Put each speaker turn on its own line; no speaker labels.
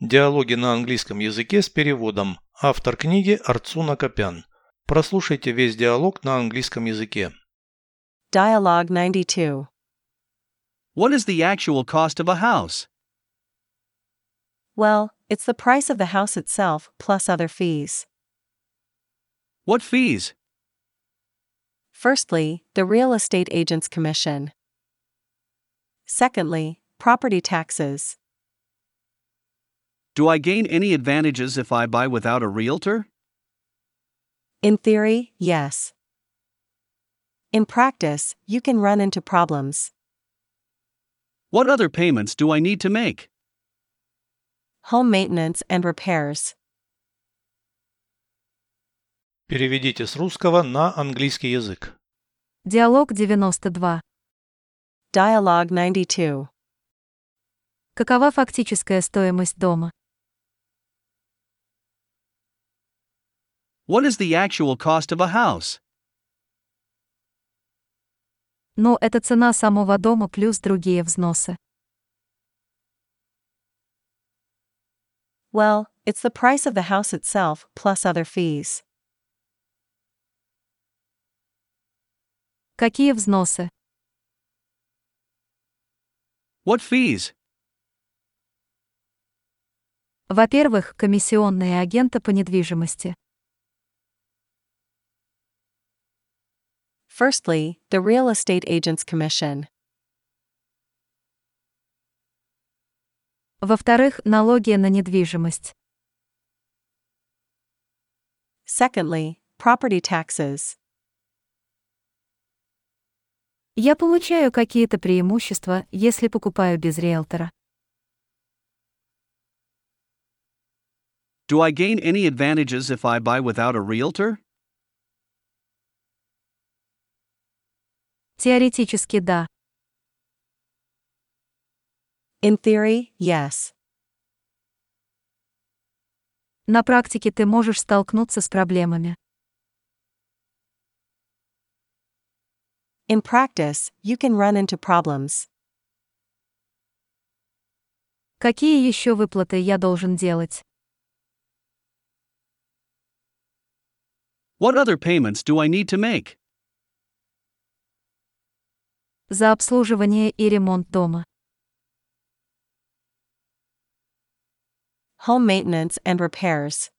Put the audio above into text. Диалоги на английском языке с переводом. Автор книги Арцуна Копян. Прослушайте весь диалог на английском языке.
Dialogue 92.
What is the actual cost of a house?
Well, it's the price of the house itself plus other fees.
What fees?
Firstly, the real estate agent's commission. Secondly, property taxes.
Do I gain any advantages if I buy without a realtor?
In theory, yes. In practice, you can run into problems.
What other payments do I need to make?
Home maintenance and repairs.
Переведите с русского на английский язык.
Диалог 92.
Dialogue 92.
Какова фактическая стоимость дома?
What is the actual cost of a house?
Ну, это цена самого дома плюс другие взносы.
Well, it's the price of the house itself plus other fees.
Какие взносы?
What fees?
Во-первых, комиссионные агенты по недвижимости.
Firstly, the real estate agent's commission.
Во-вторых, налоги на недвижимость.
Secondly, property taxes.
Я получаю какие-то преимущества, если покупаю без риэлтора.
Do I gain any advantages if I buy without a realtor?
Теоретически да.
In theory, yes.
На практике ты можешь столкнуться с проблемами.
In practice, you can run into problems.
Какие еще выплаты я должен делать?
What other payments do I need to make?
За обслуживание и ремонт дома.
Home maintenance and repairs.